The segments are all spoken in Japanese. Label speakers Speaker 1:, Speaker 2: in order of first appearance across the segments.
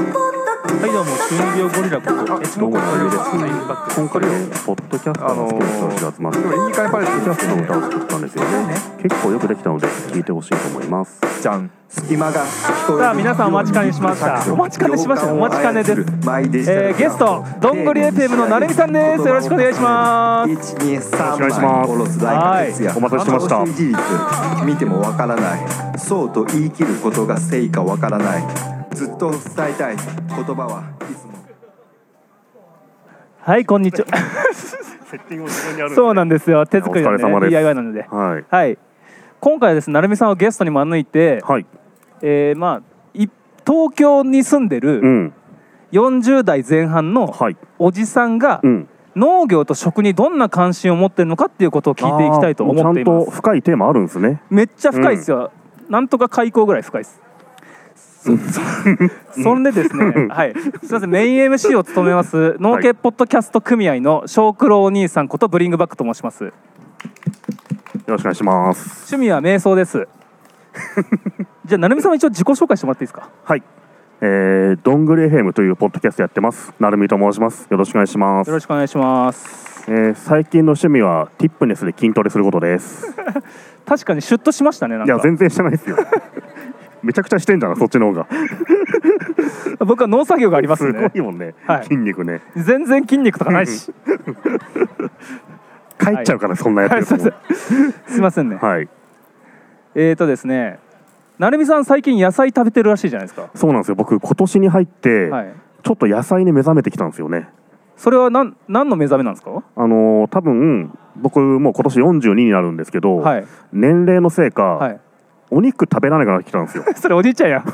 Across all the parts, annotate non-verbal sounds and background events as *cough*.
Speaker 1: はいどうも春病ゴリラこと
Speaker 2: あどうもゆうです今回はポッドキャストの好きな人たちが集まってポッ
Speaker 3: いい感じパレ
Speaker 2: ドキャストの歌を作ったんですよね結構よくできたので聞いてほしいと思います
Speaker 3: じゃん隙間が
Speaker 1: さあ皆さんお待ちかねしましたお待ちかねしましたお待ちかねです、
Speaker 3: マイデジタル
Speaker 1: えー、ゲストどんぐり FM のなるみさんですよろしくお願いします
Speaker 3: す123
Speaker 2: お願いします
Speaker 3: おろす大活躍
Speaker 2: お待たせしました
Speaker 3: あの推理事実見てもわからないそうと言い切ることが正かわからないずっと伝えたい言葉はいつも
Speaker 1: はいこんにちは
Speaker 2: *laughs*
Speaker 4: セッティングも自分にあるんで
Speaker 1: そうなんですよ手作りの、
Speaker 2: お疲れ様
Speaker 1: ね、
Speaker 2: です
Speaker 1: DIY なので
Speaker 2: はい
Speaker 1: はい今回はですねなるみさんをゲストに招いて、
Speaker 2: はい
Speaker 1: えー、まあい東京に住んで
Speaker 2: う
Speaker 1: る
Speaker 2: ん
Speaker 1: 40代前半の
Speaker 2: はい
Speaker 1: おじさんが
Speaker 2: うん
Speaker 1: 農業と食にどんな関心を持ってるのかっていうことを聞いていきたいと思ってい
Speaker 2: あー
Speaker 1: ま
Speaker 2: もう
Speaker 1: す
Speaker 2: ちゃんと深いテーマあるんですね
Speaker 1: めっちゃ深いですよ、なんとか開口ぐらい深いですそそそんでですね、はい、すみませんメイン MC を務めます農系ポッドキャスト組合の小九郎お兄さんことブリングバックと申します
Speaker 2: よろしくお願いします
Speaker 1: 趣味は瞑想ですじゃあ成美さんも一応自己紹介してもらっていいですか
Speaker 2: はいえー、どんぐり FM というポッドキャストやってますなるみと申しますよろしくお願いします
Speaker 1: よろしくお願いします
Speaker 2: えー、最近の趣味はティップネスで筋トレすることです
Speaker 1: 確かにシュッとしましたねなん
Speaker 2: いや
Speaker 1: か
Speaker 2: 全然してないです *laughs* よめちゃくちゃしてんじゃんそっちの方が
Speaker 1: 僕は農作業があります
Speaker 2: す
Speaker 1: ん
Speaker 2: ご
Speaker 1: で
Speaker 2: いもんね、
Speaker 1: はい
Speaker 2: 筋肉ね
Speaker 1: 全然筋肉とかないし
Speaker 2: 帰っちゃうから、そんなや
Speaker 1: はい
Speaker 2: つ
Speaker 1: すいませんすいませんね、
Speaker 2: はい
Speaker 1: えーとですね成美さん最近野菜食べてるらしいじゃないですか
Speaker 2: そうなんですよ僕今年に入って、
Speaker 1: はい
Speaker 2: ちょっと野菜に目覚めてきたんですよね
Speaker 1: それは何何の目覚めなんですか
Speaker 2: あのー多分僕もう今年42になるんですけど、
Speaker 1: はい
Speaker 2: 年齢のせいか、
Speaker 1: はい *laughs*
Speaker 2: お肉食べられなくなってきたんですよ
Speaker 1: それおじいちゃんや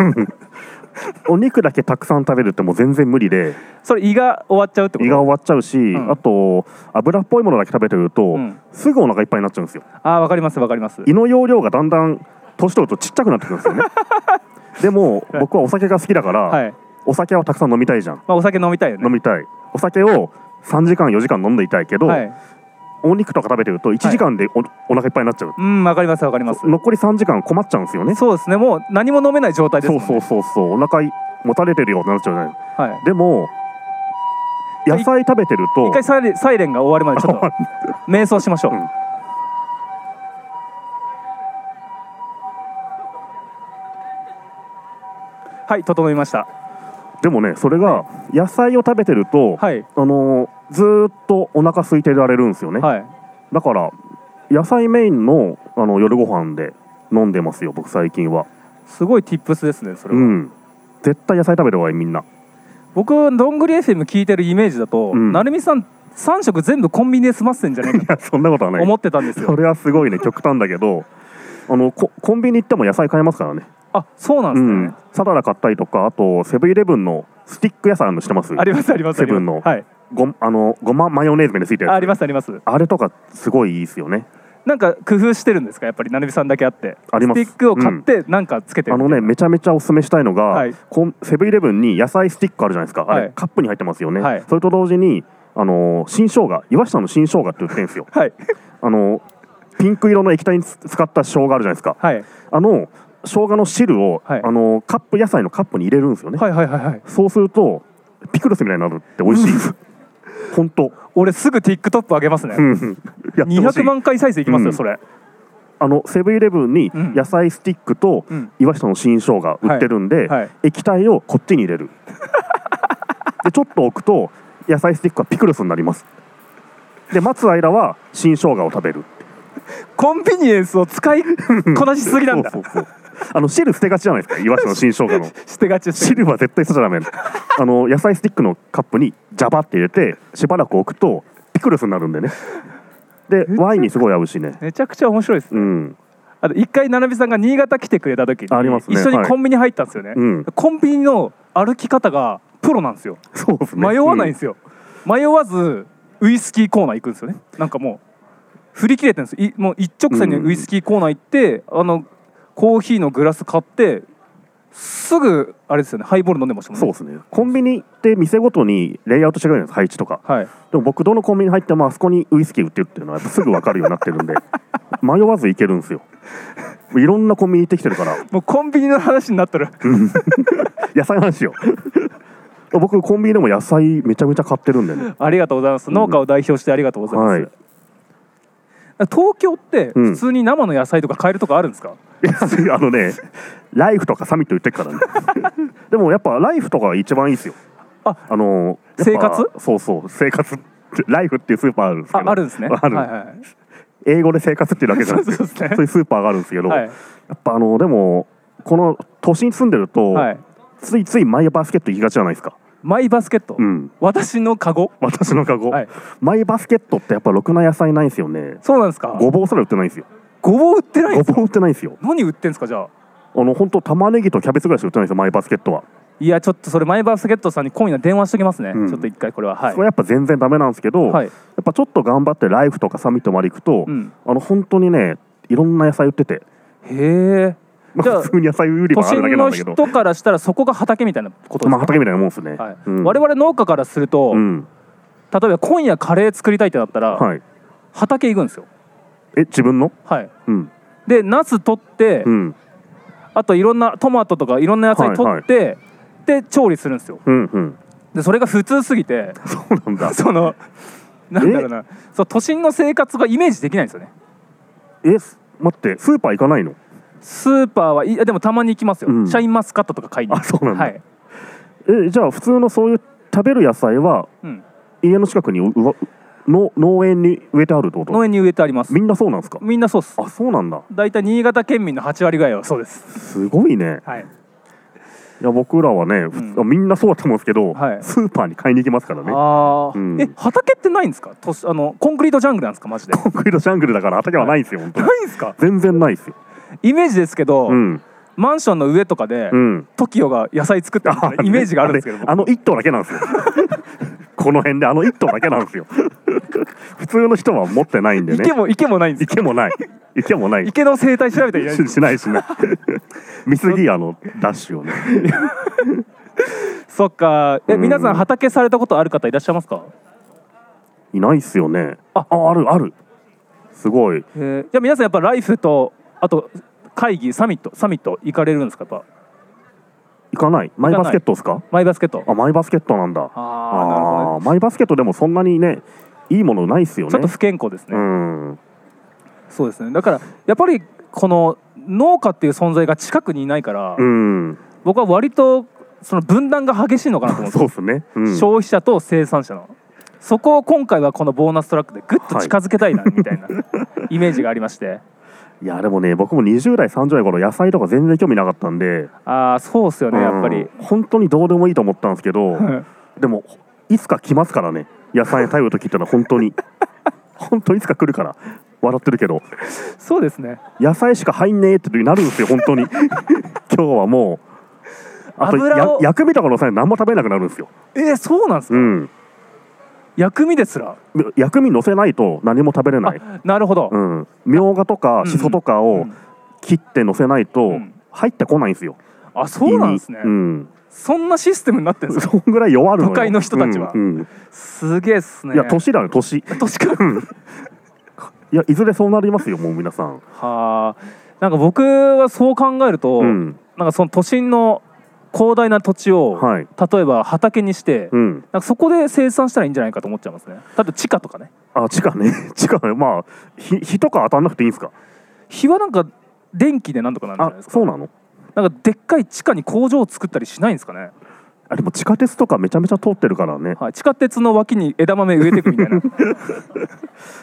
Speaker 2: お肉だけたくさん食べるってもう全然無理で
Speaker 1: それ胃が終わっちゃうってこ
Speaker 2: 胃が
Speaker 1: と
Speaker 2: 終わっちゃうし、
Speaker 1: ん
Speaker 2: あと油っぽいものだけ食べてると、
Speaker 1: ん
Speaker 2: すぐお腹いっぱいになっちゃうんですよ
Speaker 1: ああわかりますわかります
Speaker 2: 胃の容量がだんだん年取るとちっちゃくなってくるんです
Speaker 1: *laughs*
Speaker 2: よねでも僕はお酒が好きだから、
Speaker 1: はい、
Speaker 2: お酒はたくさん飲みたいじゃん
Speaker 1: まあ、お酒飲みたいよね
Speaker 2: 飲みたいお酒を3時間4時間飲んでいたいけど、
Speaker 1: はい
Speaker 2: お肉とか食べてると1時間でお,、お腹いっぱいになっちゃう
Speaker 1: うんわかりますわかります
Speaker 2: 残り3時間困っちゃうんですよね
Speaker 1: そうですねもう何も飲めない状態です
Speaker 2: そ
Speaker 1: も
Speaker 2: うん
Speaker 1: ね
Speaker 2: そうそうそうお腹いもたれてるよってなっちゃうじゃない
Speaker 1: はい
Speaker 2: でも野菜食べてると
Speaker 1: 一回サイレンサイレンが終わるまでちょっと瞑想しましょう、
Speaker 2: うん
Speaker 1: はい整いました
Speaker 2: *laughs* でもねそれが野菜を食べてると、
Speaker 1: はい
Speaker 2: あのーずーっとお腹空いてられるんですよね、
Speaker 1: はい
Speaker 2: だから野菜メインのあの夜ご飯で飲んでますよ僕最近は
Speaker 1: すごい tips ですねそれ
Speaker 2: う
Speaker 1: は、
Speaker 2: ん絶対野菜食べた方がいいみんな
Speaker 1: 僕どんぐり FM 聞いてるイメージだと、
Speaker 2: うん
Speaker 1: なるみさん3食全部コンビニで済ませてんじゃないか
Speaker 2: いやそんなことはな
Speaker 1: と
Speaker 2: い
Speaker 1: 思ってたんですよ
Speaker 2: *laughs* それはすごいね極端だけどあのココンビニ行っても野菜買えますからね
Speaker 1: あそうなんで
Speaker 2: う
Speaker 1: すね、
Speaker 2: んサラダ買ったりとかあとセブンイレブンのスティック屋さんあるのしてます
Speaker 1: ありますありますあります
Speaker 2: セブンの
Speaker 1: はい
Speaker 2: ごあのごまマヨネーズみたいについてる
Speaker 1: あ
Speaker 2: や
Speaker 1: あ
Speaker 2: つ
Speaker 1: りますあります
Speaker 2: あれとかすごいいいですよね
Speaker 1: なんか工夫してるんですかやっぱりなるみさんだけあって
Speaker 2: あります
Speaker 1: スティックを買ってなんかつけてる
Speaker 2: あのねめちゃめちゃおすすめしたいのが、
Speaker 1: はい
Speaker 2: こんセブンイレブンに野菜スティックあるじゃないですかあれ、
Speaker 1: はい
Speaker 2: カップに入ってますよね、
Speaker 1: はい
Speaker 2: それと同時にあのー新生姜岩下の新生姜って売ってるんですよ
Speaker 1: はい
Speaker 2: あのーピンク色の液体につ使った生姜あるじゃないですか
Speaker 1: はい
Speaker 2: あの生姜の汁を、
Speaker 1: はい
Speaker 2: あのーカップ野菜のカップに入れるんですよね、
Speaker 1: はいはいはいはい
Speaker 2: そうするとピクルスみたいになるって美味しいです *laughs* 本当
Speaker 1: 俺すぐ TikTok 上げますね
Speaker 2: うんやってほしい
Speaker 1: 200万回再生いきますよ、
Speaker 2: うん
Speaker 1: それ
Speaker 2: あのセブンイレブンに
Speaker 1: うん
Speaker 2: 野菜スティックと
Speaker 1: うん
Speaker 2: 岩下の新生姜売ってるんで、
Speaker 1: いはい
Speaker 2: 液体をこっちに入
Speaker 1: *laughs*
Speaker 2: れるでちょっと置くと野菜スティックはピクルスになりますで待つ間は新生姜を食べる
Speaker 1: コンビニエンスを使いこなしすぎなんだ
Speaker 2: そうそうそうあの汁捨てがちじゃないですか岩下の新生姜の
Speaker 1: してがちして
Speaker 2: 汁は絶対捨てちゃダ *laughs* メあの野菜スティックのカップにジャバって入れてしばらく置くとピクルスになるんでねでワインにすごい合うしね
Speaker 1: めちゃくちゃ面白いです
Speaker 2: うん
Speaker 1: あと一回ななみさんが新潟来てくれた時に
Speaker 2: ありますね
Speaker 1: 一緒に
Speaker 2: はい
Speaker 1: コンビニ入ったんですよね、
Speaker 2: うん
Speaker 1: コンビニの歩き方がプロなんですよ
Speaker 2: そうですね
Speaker 1: 迷わないん
Speaker 2: す、
Speaker 1: ですよ、迷わずウイスキーコーナー行くんですよねなんかもう振り切れてるんですよいもう一直線にウイスキーコーナー行って、あのコーヒーのグラス買ってすぐあれですよねハイボール飲んでましたもん
Speaker 2: そうですねコンビニって店ごとにレイアウト違うじゃないですか配置とか
Speaker 1: はい
Speaker 2: でも僕どのコンビニ入ってもあそこにウイスキー売ってるっていうのはやっぱすぐ分かるようになってる *laughs* んで迷わず行けるんですよいろんなコンビニ行ってきてるから *laughs*
Speaker 1: もうコンビニの話になってる
Speaker 2: 野菜の話よ僕コンビニでも野菜めちゃめちゃ買ってるんでね
Speaker 1: ありがとうございます。農家を代表してありがとうございます。
Speaker 2: はい
Speaker 1: 東京って
Speaker 2: うん
Speaker 1: 普通に生の野菜とか買えるとかあるんですか、
Speaker 2: いや *laughs* あのねライフとかサミット言ってっからね *laughs* でもやっぱライフとかが一番いいですよ
Speaker 1: あ
Speaker 2: のやっぱ
Speaker 1: 生活
Speaker 2: そうそう生活ってライフっていうスーパーあるんですけど
Speaker 1: ああるんですね。
Speaker 2: ある
Speaker 1: はいはい
Speaker 2: 英語で生活っていうだけじゃなくて
Speaker 1: *laughs* そうですね
Speaker 2: そういうスーパーがあるんですけど、
Speaker 1: はい
Speaker 2: やっぱあのでもこの都心に住んでると、
Speaker 1: はい
Speaker 2: ついついマイバスケット行きがちじゃないですか
Speaker 1: マイバスケット、
Speaker 2: うん
Speaker 1: 私のカゴ
Speaker 2: 私のカゴ、
Speaker 1: はい
Speaker 2: マイバスケットってやっぱろくな野菜ないんですよね
Speaker 1: そうなんですか
Speaker 2: ごぼうすら売ってないんですよ
Speaker 1: ごぼう売ってないんで
Speaker 2: ご
Speaker 1: す
Speaker 2: ぼう売ってないんですよ
Speaker 1: 何売ってんですかじゃあ
Speaker 2: あの本当玉ねぎとキャベツぐらいしか売ってないんですよマイバスケットは、
Speaker 1: いやちょっとそれマイバスケットさんに今夜電話しときますね、
Speaker 2: うん
Speaker 1: ちょっと一回これははい
Speaker 2: それはやっぱ全然ダメなんですけど、
Speaker 1: はい
Speaker 2: やっぱちょっと頑張ってライフとかサミットまで行くと、
Speaker 1: うん
Speaker 2: あの本当にねいろんな野菜売ってて、
Speaker 1: へえ
Speaker 2: ま
Speaker 1: じゃ
Speaker 2: あ、
Speaker 1: あ
Speaker 2: 普通に野菜売り
Speaker 1: 都
Speaker 2: 場ある
Speaker 1: 心
Speaker 2: だけなん
Speaker 1: の
Speaker 2: だけど
Speaker 1: 人からしたらそこが畑みたいなことです
Speaker 2: まあ
Speaker 1: か、
Speaker 2: 畑みたいなもんですね、
Speaker 1: はい
Speaker 2: うん
Speaker 1: 我々農家からすると、
Speaker 2: うん
Speaker 1: 例えば今夜カレー作りたいってなったら、
Speaker 2: はい
Speaker 1: 畑行くんですよ
Speaker 2: え自分の
Speaker 1: はい
Speaker 2: うん
Speaker 1: でナス取って、
Speaker 2: うん
Speaker 1: あといろんなトマトとかいろんな野菜取って、で調理するんですよ
Speaker 2: うんうん
Speaker 1: でそれが普通すぎて
Speaker 2: *laughs* そうなん
Speaker 1: *laughs*
Speaker 2: だ
Speaker 1: そのなんだろうなそう都心の生活がイメージできないんですよね
Speaker 2: えす待ってスーパー行かないの
Speaker 1: スーパーはいやでもたまに行きますよ、
Speaker 2: うん
Speaker 1: シャインマスカットとか買いに
Speaker 2: あそうなんだ
Speaker 1: はい
Speaker 2: えじゃあ普通のそういう食べる野菜は
Speaker 1: うん、
Speaker 2: 家の近くにううわの農園に植えてあるってこと
Speaker 1: 農園に植えてあります
Speaker 2: みんなそうなんですか
Speaker 1: みんなそうっす
Speaker 2: あそうなんだ
Speaker 1: 大体新潟県民の8割ぐらいはそうです
Speaker 2: すごいね
Speaker 1: はい
Speaker 2: いや僕らはね、普通みんなそうだと思うんですけど、
Speaker 1: はい
Speaker 2: スーパーに買いに行きますからね
Speaker 1: ああ、
Speaker 2: うん
Speaker 1: え畑ってないんですか都市あのコンクリートジャングルなんですかマジで
Speaker 2: コンクリートジャングルだから畑はないんですよ、本当
Speaker 1: な
Speaker 2: に
Speaker 1: いんですか
Speaker 2: 全然ないですよ
Speaker 1: イメージですけど、
Speaker 2: うん
Speaker 1: マンションの上とかで、
Speaker 2: うん
Speaker 1: TOKIO が野菜作ってるみたいなイメージがあるんですけど
Speaker 2: *laughs* あれあの一頭だけなんで
Speaker 1: *laughs*
Speaker 2: すよこの辺であの一頭だけなんですよ普通の人は持ってないんでね
Speaker 1: 池も池もないんです
Speaker 2: 池
Speaker 1: か
Speaker 2: もない池もない
Speaker 1: 池の生態調べたらいないんです
Speaker 2: ししないし
Speaker 1: *laughs*
Speaker 2: ない見すぎあのダッシュをね *laughs*
Speaker 1: そっかえ
Speaker 2: うん
Speaker 1: 皆さん畑されたことある方いらっしゃいますか、
Speaker 2: いないっすよね
Speaker 1: あ
Speaker 2: ああるあるすごい
Speaker 1: えーじゃあ皆さんやっぱライフとあと会議サミットサミット行かれるんですかやっぱ
Speaker 2: 行かないマイ
Speaker 1: ない
Speaker 2: バスケットですか
Speaker 1: マイバスケット
Speaker 2: あマイバスケットなんだ
Speaker 1: あーなるほどね
Speaker 2: ーマイバスケットでもそんなにねいいものないっすよね
Speaker 1: ちょっと不健康ですね、
Speaker 2: うん
Speaker 1: そうですねだからやっぱりこの農家っていう存在が近くにいないから、
Speaker 2: うん
Speaker 1: 僕は割とその分断が激しいのかなと思って
Speaker 2: そうっすね、うん、
Speaker 1: 消費者と生産者のそこを今回はこのボーナストラックでぐっと近づけたいなみた
Speaker 2: *laughs*
Speaker 1: いなイメージがありまして
Speaker 2: いやでもね僕も20代30代頃野菜とか全然興味なかったんで、
Speaker 1: ああそうっすよねやっぱり
Speaker 2: うん、本当にどうでもいいと思ったんですけ
Speaker 1: *laughs*
Speaker 2: ど
Speaker 1: ん
Speaker 2: でもいつか来ますからね野菜に頼る時ってのは本当に *laughs* 本当いつか来るから笑ってるけど
Speaker 1: そうですね
Speaker 2: 野菜しか入んねえって時になるんですよ本当
Speaker 1: *laughs*
Speaker 2: に今日はもうあと
Speaker 1: 油
Speaker 2: や
Speaker 1: を
Speaker 2: 薬味とかの際何も食べなくなるんですよ
Speaker 1: えー、そうなんです
Speaker 2: う
Speaker 1: か、
Speaker 2: ん
Speaker 1: 薬味ですら
Speaker 2: 薬味のせないと何も食べれない
Speaker 1: あなるほど、
Speaker 2: うんみょうがとか
Speaker 1: うん
Speaker 2: しそとかを切ってのせないと
Speaker 1: ん
Speaker 2: 入ってこないんですよ、
Speaker 1: あそうなんですね、
Speaker 2: 胃にうん *laughs*
Speaker 1: そんなシステムになってるんですか
Speaker 2: そんぐらい弱るのよ
Speaker 1: 都会の人たちは
Speaker 2: うんうん
Speaker 1: すげえっすね
Speaker 2: いや年だね年い
Speaker 1: 年か
Speaker 2: やいずれそうなりますよもう皆さん
Speaker 1: はあなんか僕はそう考えると、
Speaker 2: うん
Speaker 1: なんかその都心の広大な土地を、
Speaker 2: はい
Speaker 1: 例えば畑にして、
Speaker 2: うん
Speaker 1: なんかそこで生産したらいいんじゃないかと思っちゃいますねだって地下とかね
Speaker 2: あ地下ね *laughs* 地下ねまあ日日とか当たんなくていいんですか
Speaker 1: 日はなんか電気でなんとかなるんじゃ
Speaker 2: あ
Speaker 1: ないですか
Speaker 2: そうなの
Speaker 1: なんかでっかい地下に工場を作ったりしないんですかね、
Speaker 2: あでも地下鉄とかめちゃめちゃ通ってるからね
Speaker 1: はい、地下鉄の脇に枝豆植えていくみた
Speaker 2: *laughs*
Speaker 1: いな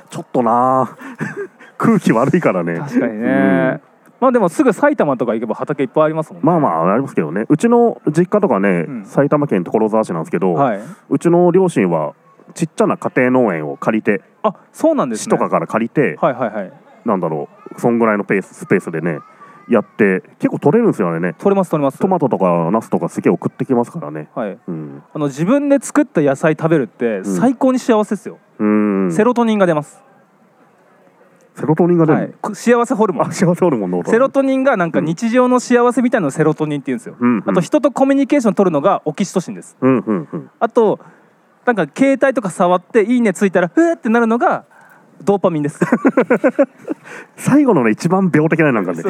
Speaker 2: ちょっとなー *laughs* 空気悪いからね
Speaker 1: 確かにね、
Speaker 2: うん
Speaker 1: まあでもすぐ埼玉とか行けば畑いっぱいありますもんね、
Speaker 2: まあまあありますけどねうちの実家とかね、
Speaker 1: ん
Speaker 2: 埼玉県所沢市なんですけど、
Speaker 1: はいう
Speaker 2: ちの両親はちっちゃな家庭農園を借りて、
Speaker 1: あそうなんですね
Speaker 2: 市とかから借りて、
Speaker 1: はいはいはい
Speaker 2: なんだろうそんぐらいのペーススペースでねやって結構取れるんですよあれね
Speaker 1: 取れます取れます
Speaker 2: トマトとかナスとかすげえ送ってきますからね
Speaker 1: はい
Speaker 2: うん
Speaker 1: あの自分で作った野菜食べるって
Speaker 2: ん
Speaker 1: 最高に幸せですよ、
Speaker 2: うん
Speaker 1: セロトニンが出ます、
Speaker 2: セロトニンが出
Speaker 1: は
Speaker 2: る
Speaker 1: い、く幸せホルモ
Speaker 2: あ
Speaker 1: ン
Speaker 2: 幸せホルモンの音
Speaker 1: セロトニンがなんか日常の幸せみたいなのをセロトニンって言うんですよ、
Speaker 2: うんうん
Speaker 1: あと人とコミュニケーション取るのがオキシトシンです
Speaker 2: うんうんうん
Speaker 1: あとなんか携帯とか触って「いいね」ついたら「うえ!」ってなるのがドーパミ
Speaker 2: *laughs*
Speaker 1: ンです
Speaker 2: 最後のね一番病的ななんかね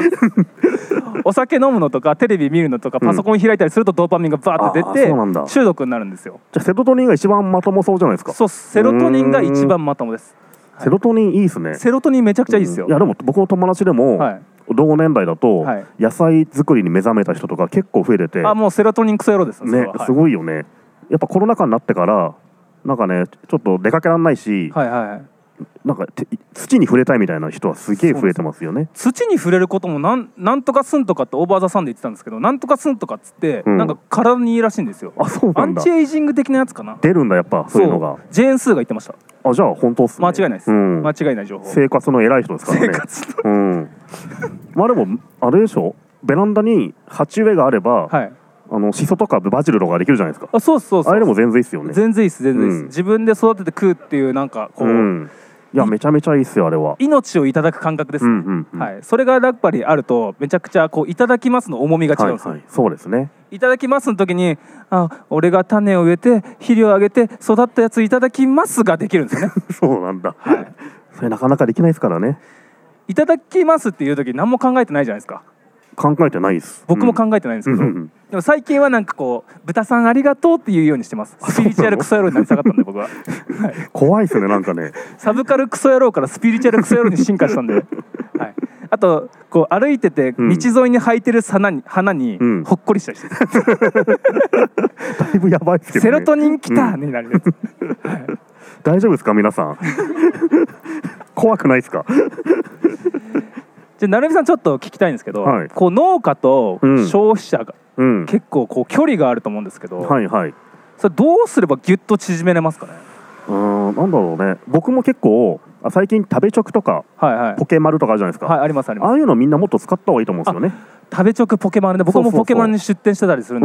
Speaker 1: お酒飲むのとかテレビ見るのとかパソコン開いたりするとドーパミンがバーって
Speaker 2: あーそうなん
Speaker 1: 出
Speaker 2: だ
Speaker 1: て中毒になるんですよ
Speaker 2: じゃあセロトニンが一番まともそうじゃないですか
Speaker 1: そうセロトニンが一番まともです
Speaker 2: セロトニンいいですね
Speaker 1: セロトニンめちゃくちゃいいですよ
Speaker 2: いやでも僕の友達でも、
Speaker 1: はい
Speaker 2: 同年代だと
Speaker 1: はい
Speaker 2: 野菜作りに目覚めた人とか結構増えてて、
Speaker 1: あもうセロトニンクソ野郎ですねそれ
Speaker 2: ね
Speaker 1: ははい
Speaker 2: すごいよねやっぱコロナ禍になってからなんかねちょっと出かけられないし、
Speaker 1: はいはいはい
Speaker 2: なんかて土に触れたいみたいな人はすげえ増えてますよね
Speaker 1: 土に触れることもなんなんとかすんとかってオーバーザさんで言ってたんですけどなんとかすんとかっつって、
Speaker 2: うん
Speaker 1: なんか体にいいらしいんですよ
Speaker 2: あそう
Speaker 1: ア
Speaker 2: なん
Speaker 1: ン
Speaker 2: だ
Speaker 1: チエイジング的なやつかな
Speaker 2: 出るんだやっぱそういうのが
Speaker 1: ジェーン・スーが言ってました
Speaker 2: あじゃあ本当っすね
Speaker 1: 間違いないです、
Speaker 2: うん
Speaker 1: 間違いない情報
Speaker 2: 生活の偉い人ですからね
Speaker 1: 生活の
Speaker 2: うんまあでもあれでしょベランダに鉢植えがあれば、
Speaker 1: はい
Speaker 2: あのシソとかバジルとかできるじゃないですか
Speaker 1: あそうそうそう
Speaker 2: あれでも全然いいっすよね
Speaker 1: 全然いいです全然いいです、
Speaker 2: うん
Speaker 1: 自分で育てて食うっていうなんかこう、
Speaker 2: うん、いやめちゃめちゃいいっすよあれは
Speaker 1: 命をいただく感覚です
Speaker 2: う
Speaker 1: ね、
Speaker 2: んうんうん
Speaker 1: はい、それがやっぱりあるとめちゃくちゃこういただきますの重みが違うん
Speaker 2: はい
Speaker 1: ですよ、
Speaker 2: はいいそうですね
Speaker 1: ただきますの時にあ俺が種を植えて肥料をあげて育ったやついただきますができるんですよね *laughs*
Speaker 2: *laughs* そうなんだ、
Speaker 1: はい
Speaker 2: それなかなかできないですからね
Speaker 1: いただきますっていう時何も考えてないじゃないですか
Speaker 2: 考えてないです
Speaker 1: 僕も
Speaker 2: え
Speaker 1: 考えてないんですけど、
Speaker 2: うんうんうん
Speaker 1: でも最近はなんかこう豚さんありがとうっていうようにしてますスピリチュアルクソ野郎になり下がったんで *laughs* 僕は、はい、
Speaker 2: 怖いっすねなん
Speaker 1: *laughs*
Speaker 2: かね
Speaker 1: サブカルクソ野郎からスピリチュアルクソ野郎に進化した *laughs* んで、はい、あとこう歩いてて道
Speaker 2: うん
Speaker 1: 沿いに生えてる花に花に
Speaker 2: うん
Speaker 1: ほっこりしたりしてる、
Speaker 2: だいぶやばいっすけど、
Speaker 1: *laughs*
Speaker 2: ね、
Speaker 1: セロトニンきた
Speaker 2: うん
Speaker 1: になるやつ、
Speaker 2: 大丈夫ですか皆
Speaker 1: *laughs*
Speaker 2: さん怖くないですか
Speaker 1: じゃあ成美さんちょっと聞きたいんですけど、
Speaker 2: はい
Speaker 1: こう農家と
Speaker 2: うん
Speaker 1: 消費者が
Speaker 2: うん
Speaker 1: 結構こう距離があると思うんですけど、
Speaker 2: はいはいうん
Speaker 1: それどうすればギュッと縮めれますかね
Speaker 2: なんだろうね僕も結構あ最近食べ直とか
Speaker 1: はいはい
Speaker 2: ポケマルとかあるじゃないですか、
Speaker 1: はいありますあります
Speaker 2: ああいうのみんなもっと使った方がいいと思うんですよね
Speaker 1: 食べ直ポケマルね僕
Speaker 2: そ
Speaker 1: も
Speaker 2: うそうそう
Speaker 1: ポケマルに出店してたりするん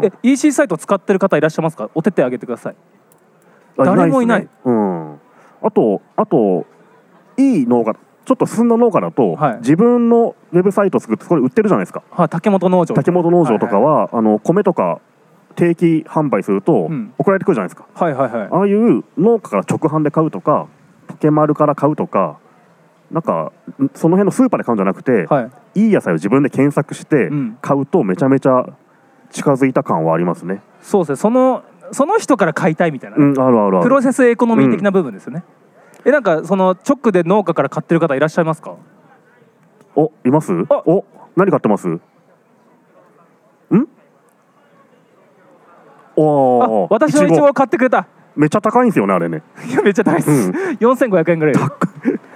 Speaker 1: ですけどえ EC サイト使ってる方いらっしゃいますかお手手挙げてください
Speaker 2: あ
Speaker 1: 誰もいない
Speaker 2: っすねうん、あとあといい農家ちょっと進んだ農家だと、
Speaker 1: はい
Speaker 2: 自分のウェブサイト作ってこれ売ってるじゃないですか
Speaker 1: はい竹本農場
Speaker 2: 竹本農場とかは、あの米とか定期販売すると
Speaker 1: うん
Speaker 2: 送られてくるじゃないですか、
Speaker 1: はいはいはい
Speaker 2: ああいう農家から直販で買うとかポケマルから買うとかなんかんその辺のスーパーで買うんじゃなくて、
Speaker 1: はい
Speaker 2: い、い野菜を自分で検索して
Speaker 1: うん
Speaker 2: 買うとめちゃめちゃ近づいた感はありますね、
Speaker 1: そうですねそのその人から買いたいみたいな、
Speaker 2: うん、あるあるあ
Speaker 1: プ
Speaker 2: る
Speaker 1: ロセスエコノミー的な部分ですよね、えなんかその直で農家から買ってる方いらっしゃいますか
Speaker 2: おいます
Speaker 1: あ
Speaker 2: お何買ってますん
Speaker 1: あ
Speaker 2: おー
Speaker 1: 私のイチゴを買ってくれた
Speaker 2: めっちゃ高いんですよねあれね
Speaker 1: いやめっちゃ高いです、
Speaker 2: うん
Speaker 1: 4500円ぐらい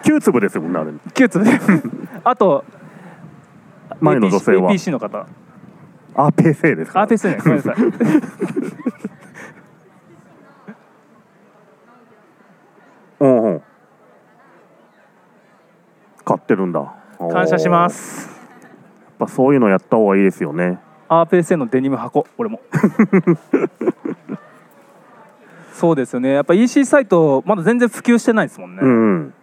Speaker 2: 9粒ですよねあれね
Speaker 1: 9粒で
Speaker 2: *laughs*
Speaker 1: あと
Speaker 2: 前の女性は
Speaker 1: APC の方
Speaker 2: あペーセーですか
Speaker 1: アーティストじゃないごめんなさい
Speaker 2: うんうん買ってるんだ
Speaker 1: 感謝しますす
Speaker 2: やっぱそういうのやった方がいいですよね
Speaker 1: RPSA のデニム箱俺も *laughs* そうですよねやっぱ EC サイトまだ全然普及してないですもんね、
Speaker 2: うんうん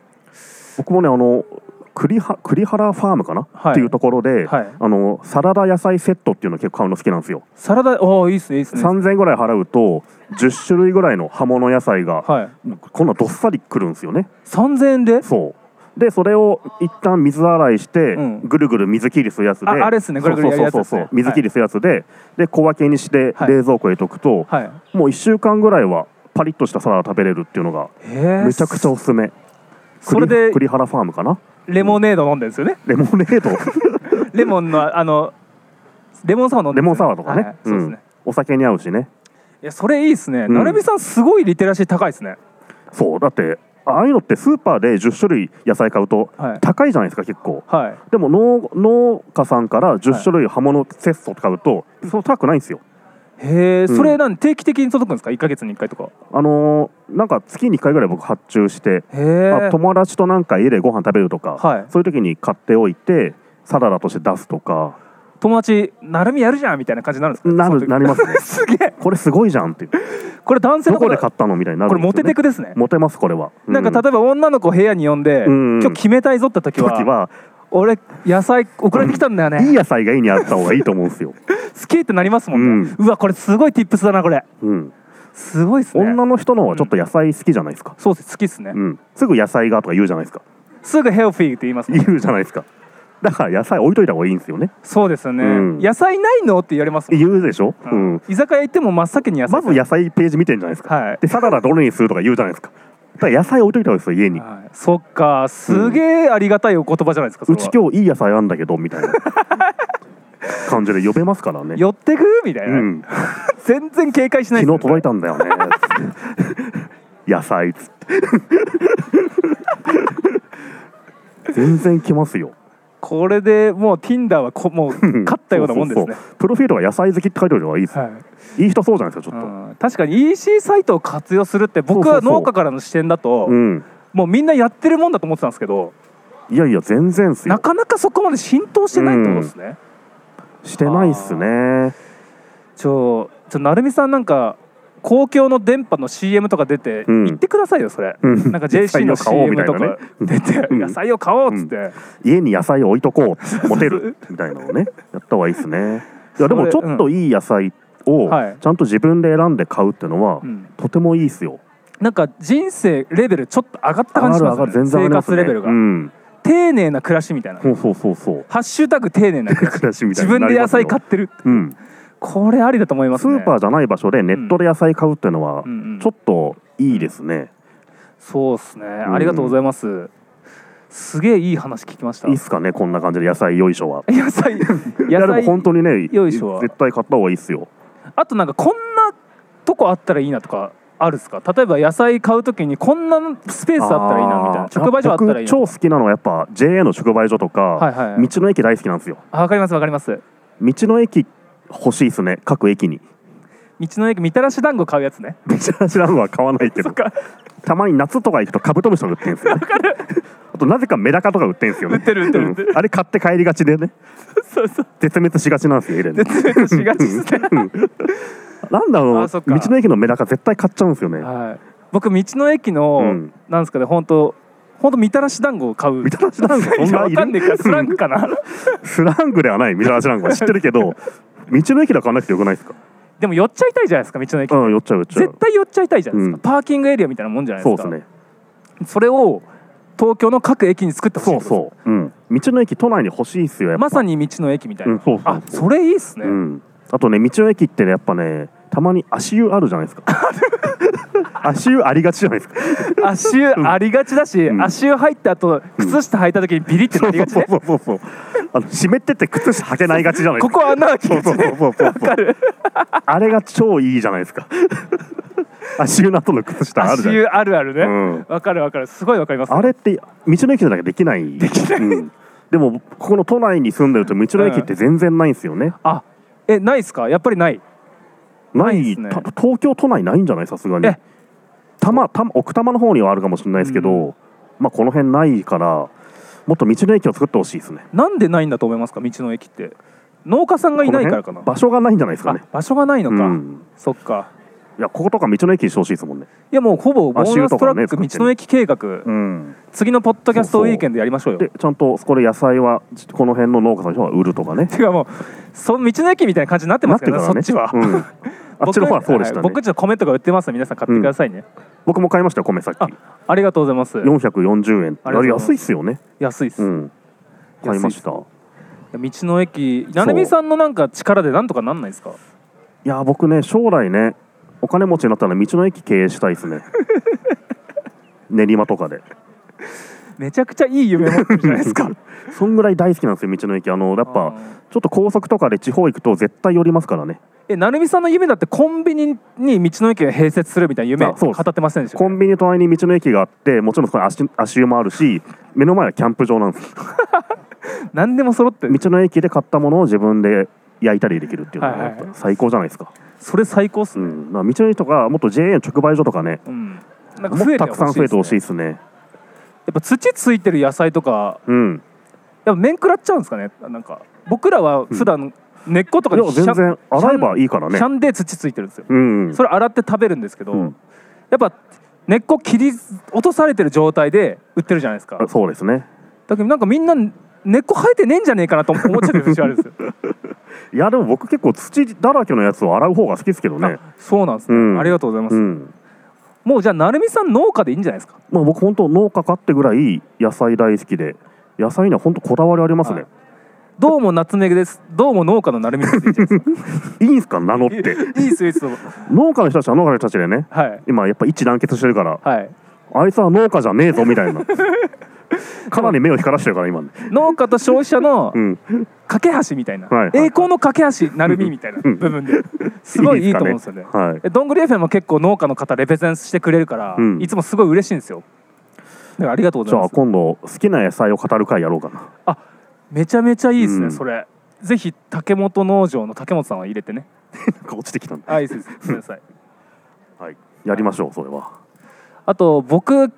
Speaker 2: 僕もねあの栗は栗原ファームかな、
Speaker 1: はい
Speaker 2: っていうところで、
Speaker 1: はい
Speaker 2: あのサラダ野菜セットっていうの結構買うの好きなんですよ、
Speaker 1: サラダおーいいっすねいいっすね
Speaker 2: 3000円ぐらい払うと10種類ぐらいの葉物野菜が、
Speaker 1: はい
Speaker 2: こんなどっさりくるんですよね
Speaker 1: 3000円で
Speaker 2: そうでそれを一旦水洗いして、
Speaker 1: ん
Speaker 2: ぐるぐる水切りするやつで
Speaker 1: ああれっすねぐるぐるやるやつ
Speaker 2: そ
Speaker 1: で
Speaker 2: う
Speaker 1: す
Speaker 2: そうそう
Speaker 1: ね
Speaker 2: そう水切りするやつで、で小分けにして
Speaker 1: はい
Speaker 2: 冷蔵庫へとくと、
Speaker 1: はい
Speaker 2: もう1週間ぐらいはパリッとしたサラダ食べれるっていうのが
Speaker 1: へえ
Speaker 2: めちゃくちゃおすすめ
Speaker 1: それで
Speaker 2: 栗栗原ファームかな
Speaker 1: レモネード飲んでるんですよね *laughs*
Speaker 2: レモネード
Speaker 1: レモンのあのレモンサワー飲んでる
Speaker 2: レ
Speaker 1: ん
Speaker 2: モ
Speaker 1: で
Speaker 2: ン
Speaker 1: す
Speaker 2: サ
Speaker 1: よ
Speaker 2: ワーとかね、
Speaker 1: はいそうですね、
Speaker 2: うんお酒に合うしね
Speaker 1: いやそれいいっすね、
Speaker 2: ん
Speaker 1: なるみさんすごいリテラシー高いですね
Speaker 2: そうだってああいうのってスーパーで10種類野菜買うと
Speaker 1: はい
Speaker 2: 高いじゃないですか結構
Speaker 1: はい
Speaker 2: でも農農家さんから10種類刃物セットとか買うと、その高くないんですよ
Speaker 1: へえ
Speaker 2: ん
Speaker 1: それなん定期的に届くんですか1か月に1回とか
Speaker 2: あのーなんか月に1回ぐらい僕発注して、
Speaker 1: へえ
Speaker 2: まあ友達となんか家でご飯食べるとか、
Speaker 1: はい
Speaker 2: そういう時に買っておいてサラダとして出すとか
Speaker 1: 友達なるみやるじゃんみたいな感じになるんですか
Speaker 2: な
Speaker 1: その
Speaker 2: る
Speaker 1: 時
Speaker 2: なりますね
Speaker 1: *laughs* すげえ
Speaker 2: これすごいじゃんっていう
Speaker 1: これ男性
Speaker 2: ど
Speaker 1: のこ
Speaker 2: ことで買ったのみたいになる
Speaker 1: これ
Speaker 2: んで
Speaker 1: モ
Speaker 2: す
Speaker 1: テ
Speaker 2: よね
Speaker 1: テクですね、
Speaker 2: モテますこれは、
Speaker 1: なんか
Speaker 2: た
Speaker 1: 例えば女の子を部屋に呼んで、
Speaker 2: うんうん
Speaker 1: 今日決めたいぞって時は
Speaker 2: 時は
Speaker 1: 俺野菜送られてきたんだよね、
Speaker 2: いい野菜が
Speaker 1: *laughs*
Speaker 2: 家にあった方がいいと思うんですよ、
Speaker 1: 好きってなりますもんね、うわこれすごい tips だなこれ
Speaker 2: うん、
Speaker 1: すごいですね
Speaker 2: 女の人の方はちょっと野菜好きじゃないですか、
Speaker 1: そうです好きですね、
Speaker 2: うん、すぐ野菜がとか言うじゃないですか
Speaker 1: すぐヘルフィーって言いますもん
Speaker 2: 言うじゃないですかだから野菜置いといた方がいいんですよね
Speaker 1: そうですよね、
Speaker 2: うん
Speaker 1: 野菜ないのって言われますもん、
Speaker 2: 言うでしょ、う
Speaker 1: うん
Speaker 2: ん
Speaker 1: 居酒屋行っても真っ先に野菜
Speaker 2: まず野菜ページ見てんじゃないですか、
Speaker 1: はい
Speaker 2: でサラダどれにするとか言うじゃないですかだから野菜置いといた方がいいですよ家に
Speaker 1: はいそっかすげえありがたいお言葉じゃないですかそれ
Speaker 2: う
Speaker 1: は
Speaker 2: ち今日いい野菜あんだけどみ
Speaker 1: *laughs*
Speaker 2: たいな感じで呼べますからね
Speaker 1: 寄ってくみたいうな、
Speaker 2: ん、
Speaker 1: 全然警戒しない
Speaker 2: 昨日
Speaker 1: ですね
Speaker 2: 届いたんだよね野菜っつって全然来ますよ
Speaker 1: これでもう Tinder はこもう勝ったようなもんです
Speaker 2: そう
Speaker 1: ね
Speaker 2: そうそうプロフィールは野菜好きって書いておけばいいです、
Speaker 1: はい
Speaker 2: いい人そうじゃないですかちょっと
Speaker 1: うん確かに EC サイトを活用するって僕は
Speaker 2: そうそうそう
Speaker 1: 農家からの視点だと
Speaker 2: うん
Speaker 1: もうみんなやってるもんだと思ってたんですけど
Speaker 2: いやいや全然っす
Speaker 1: な
Speaker 2: よ
Speaker 1: かなかそこまで浸透してないってことですね、
Speaker 2: してないっすね
Speaker 1: ちょちょ成美さんなんか公共の電波の CM とか出て
Speaker 2: うん
Speaker 1: 言ってくださいよそれ、
Speaker 2: うん
Speaker 1: なんか JC の
Speaker 2: 野菜を買おう
Speaker 1: CM と
Speaker 2: みたい
Speaker 1: か
Speaker 2: なね
Speaker 1: 出て
Speaker 2: うん
Speaker 1: 野菜を買おうっつって、
Speaker 2: 家に野菜を置いと
Speaker 1: *laughs*
Speaker 2: こうモテるみたいなのをねやった方がいいっすねいやでもち
Speaker 1: それ
Speaker 2: ょっといい野菜を
Speaker 1: はい
Speaker 2: ちゃんと自分で選んで買うってのは、
Speaker 1: うん
Speaker 2: とてもいいっすよ
Speaker 1: なんか人生レベルちょっと上がった感じしますよね
Speaker 2: 全然
Speaker 1: 生
Speaker 2: 上がります、
Speaker 1: 活
Speaker 2: ね、
Speaker 1: レベルが、
Speaker 2: うん
Speaker 1: 丁寧な暮らしみたいな、
Speaker 2: そうそうそうそう
Speaker 1: ハッシュタグ丁寧な暮らし
Speaker 2: 暮ら *laughs* しみたい
Speaker 1: 自
Speaker 2: になり
Speaker 1: 分
Speaker 2: ます
Speaker 1: で野菜
Speaker 2: よ
Speaker 1: 買ってる
Speaker 2: うん
Speaker 1: これありだと思います
Speaker 2: ス
Speaker 1: ね
Speaker 2: ーパーじゃない場所でネットで野菜買うっていうのは
Speaker 1: うんうん
Speaker 2: ちょっといいですね、
Speaker 1: そうですね、
Speaker 2: ん
Speaker 1: ありがとうございますすげえいい話聞きました
Speaker 2: いいっすかねこんな感じで野菜よいしょは
Speaker 1: 野菜
Speaker 2: *laughs* いや
Speaker 1: 野
Speaker 2: でも
Speaker 1: 菜
Speaker 2: 本当にね
Speaker 1: よいしょは
Speaker 2: 絶対買った方がいいっすよ
Speaker 1: あとなんかこんなとこあったらいいなとかあるっすか例えば野菜買うときにこんなスペースあったらいいなみたいな
Speaker 2: あー
Speaker 1: 直売所あったらいい
Speaker 2: 僕
Speaker 1: な
Speaker 2: 超好きなのはやっぱ JA の直売所とか、
Speaker 1: はいはいはい
Speaker 2: 道の駅大好きなんですよ
Speaker 1: あわかりますわかります
Speaker 2: 道の駅欲しいっすね各駅に
Speaker 1: 道の駅みたらし団子買うやつ
Speaker 2: *laughs*
Speaker 1: ね
Speaker 2: めちゃ知らんは買わないけど
Speaker 1: か
Speaker 2: たまに夏とか行くとカブトムシとか売ってんすよ、ね、あとなぜかメダカとか売ってんすよね
Speaker 1: 売ってる売ってる売ってる
Speaker 2: うんあれ買って帰りがちでね
Speaker 1: そうそう
Speaker 2: 絶滅しがちなんですよエレン
Speaker 1: 絶滅しがちですね
Speaker 2: なんだろ
Speaker 1: あ
Speaker 2: う
Speaker 1: そっ
Speaker 2: 道
Speaker 1: か
Speaker 2: の駅のメダカ絶対買っちゃうんですよね
Speaker 1: はい僕道の駅の、
Speaker 2: うん
Speaker 1: なんですかね本当本当みたらし団子を買う
Speaker 2: みたらし団子そん
Speaker 1: いや
Speaker 2: な
Speaker 1: わ
Speaker 2: い
Speaker 1: かんねえ
Speaker 2: る
Speaker 1: からスラングかな
Speaker 2: スラングではないみたらし団子は知ってるけど道の駅で買わなくてよくないですか
Speaker 1: でも寄っちゃいたいじゃないですか道の駅
Speaker 2: うん寄っちゃう寄っちゃう
Speaker 1: 絶対寄っちゃいたいじゃないですか、
Speaker 2: うん
Speaker 1: パーキングエリアみたいなもんじゃないで
Speaker 2: そう
Speaker 1: す
Speaker 2: で
Speaker 1: か
Speaker 2: すね
Speaker 1: それを東京の各駅に作ってほしい
Speaker 2: そうそう、うん、道の駅都内に欲しいっすよやっぱ
Speaker 1: まさに道の駅みたいな、
Speaker 2: うんそうそうそう
Speaker 1: あそれいいっすね、
Speaker 2: うん、あとね道の駅ってねやっぱねたまに足湯あるじ
Speaker 1: *laughs*
Speaker 2: ゃないですか足湯ありがちじゃないですか
Speaker 1: 足湯ありがちだし、
Speaker 2: ん
Speaker 1: 足湯入った後靴下履いた時にビリってなりがち
Speaker 2: そう
Speaker 1: ね、
Speaker 2: そうそうそうあの湿ってて靴下履けないがちじゃないです
Speaker 1: こ
Speaker 2: か
Speaker 1: こ穴開き
Speaker 2: そ
Speaker 1: が
Speaker 2: う
Speaker 1: ち
Speaker 2: そうそうそうそうあれが超いいじゃないですか足湯の後の靴下ある
Speaker 1: 足
Speaker 2: じゃない
Speaker 1: 湯あるあるね
Speaker 2: うん
Speaker 1: わ、かるわかるすごいわかります
Speaker 2: あれって道の駅じゃなきゃできないできない、うんでもここの都内に住んでると道の駅って全然ないんですよね、
Speaker 1: あえないっすかやっぱりない
Speaker 2: な
Speaker 1: ないっ
Speaker 2: い
Speaker 1: すね
Speaker 2: た東京都内ないんじゃないさすがに
Speaker 1: え
Speaker 2: 多摩多摩奥多摩の方にはあるかもしれないですけど、
Speaker 1: う
Speaker 2: まあこの辺ないからもっと道の駅を作ってほしいですね
Speaker 1: なんでないんだと思いますか道の駅って農家さんがいないからかな
Speaker 2: この辺場所がないんじゃないですかね
Speaker 1: あ場所がないのか、
Speaker 2: うん
Speaker 1: そっか
Speaker 2: いやこことか道の駅にしてほしいですもんね、
Speaker 1: いやもうほぼボーナストラック
Speaker 2: 足湯とかね
Speaker 1: 道の駅計画、次のポッドキャストウィーケンドやりましょうよ
Speaker 2: でちゃんとそこで野菜はこの辺の農家さんの人は売るとかね
Speaker 1: てかもうそ道の駅みたいな感じになってますけどねそっちは、
Speaker 2: うんあっちの方はそうでしたね
Speaker 1: *laughs* 僕僕ちょっと米とか売ってますので皆さん買ってくださいね、
Speaker 2: 僕も買いましたよ米さっき
Speaker 1: あありがとうございます
Speaker 2: 440円って
Speaker 1: ありがとうございます
Speaker 2: 安いっすよね
Speaker 1: 安いです、
Speaker 2: う
Speaker 1: い
Speaker 2: ん買いましたい
Speaker 1: や道の駅ななみさんのなんか力でなんとかなんないですか
Speaker 2: や僕ね将来ねお金持ちになったら道の駅経営したいで
Speaker 1: *laughs*
Speaker 2: すね練馬とかで
Speaker 1: めちゃくちゃいい夢持ってるじゃないです
Speaker 2: *laughs*
Speaker 1: か
Speaker 2: そんぐらい大好きなんですよ道の駅あのやっ
Speaker 1: あ
Speaker 2: ぱ
Speaker 1: ー
Speaker 2: ちょっと高速とかで地方行くと絶対寄りますからね
Speaker 1: えなるみさんの夢だってコンビニに道の駅が併設するみたいな夢
Speaker 2: あそうです
Speaker 1: 語ってませんでしょ
Speaker 2: コンビニ隣に道の駅があってもちろんそこに足足湯もあるし目の前はキャンプ場な
Speaker 1: *laughs*
Speaker 2: んですよ
Speaker 1: 何でも揃ってる
Speaker 2: 道の駅で買ったものを自分で焼いたりできるっていうのは
Speaker 1: はい
Speaker 2: や
Speaker 1: はい
Speaker 2: っぱ最高じゃないですか,、
Speaker 1: それ最高っす
Speaker 2: う
Speaker 1: ね、
Speaker 2: ん、だから道の駅とかもっと JA の直売所とかね
Speaker 1: うんなんか
Speaker 2: も
Speaker 1: 増
Speaker 2: っと
Speaker 1: えて
Speaker 2: た
Speaker 1: ほし
Speaker 2: く
Speaker 1: い
Speaker 2: さん増えてほしい
Speaker 1: で
Speaker 2: です
Speaker 1: ね
Speaker 2: すね
Speaker 1: やっぱ土ついてる野菜とか
Speaker 2: うん
Speaker 1: やっぱ面食らっちゃうんですかねなんか僕らは普段根っことか
Speaker 2: い
Speaker 1: に
Speaker 2: や全然洗えばいいからね
Speaker 1: シャンで土ついてるんですよ、
Speaker 2: うんうん
Speaker 1: それ洗って食べるんですけど、
Speaker 2: うん
Speaker 1: やっぱ根っこ切り落とされてる状態で売ってるじゃないですか
Speaker 2: あそうですね
Speaker 1: だけどなんかみんな根っこ生えてねえんじゃねえかなと思っちゃってる節あるんですよ
Speaker 2: いやでも僕結構土だらけのやつを洗う方が好きですけど *laughs* ね。
Speaker 1: そうなんですね、
Speaker 2: うん
Speaker 1: ありがとうございます、
Speaker 2: うん。
Speaker 1: もうじゃあ成美さん農家でいいんじゃないですか
Speaker 2: まあ僕本当農家かってぐらい野菜大好きで野菜には本当こだわりありますね。
Speaker 1: どうも夏目ですどうも農家の成美ですでいいんじゃない
Speaker 2: い、いんすか名乗 *laughs* って。
Speaker 1: ですかいいスイーツと
Speaker 2: 農家の人たちは農家の人たちでね。
Speaker 1: はい
Speaker 2: 今やっぱ一致団結してるから
Speaker 1: はい
Speaker 2: あいつは農家じゃねえぞみたい *laughs* なかなり目を光らしてるから今ね
Speaker 1: 農家と消費者の
Speaker 2: うん
Speaker 1: 架け橋みたいな、
Speaker 2: はい
Speaker 1: 栄光の架け橋成美みたいな部
Speaker 2: *laughs*
Speaker 1: 分ですごいいいと思うんですよね
Speaker 2: かはい
Speaker 1: えどんぐり FM も結構農家の方レペゼンしてくれるから、
Speaker 2: うん
Speaker 1: いつもすごい嬉しいんですよだからありがとうご
Speaker 2: じ
Speaker 1: ざい
Speaker 2: ゃ
Speaker 1: ま
Speaker 2: あ
Speaker 1: す
Speaker 2: 今度好きな野菜を語る会やろうかな
Speaker 1: めちゃめちゃいいですね、
Speaker 2: うん
Speaker 1: それぜひ竹本農場の竹本さんは入れてね
Speaker 2: なんか落ちてきたんで、
Speaker 1: あいいですごめんなさい
Speaker 2: はい、やりましょうそれは
Speaker 1: あと僕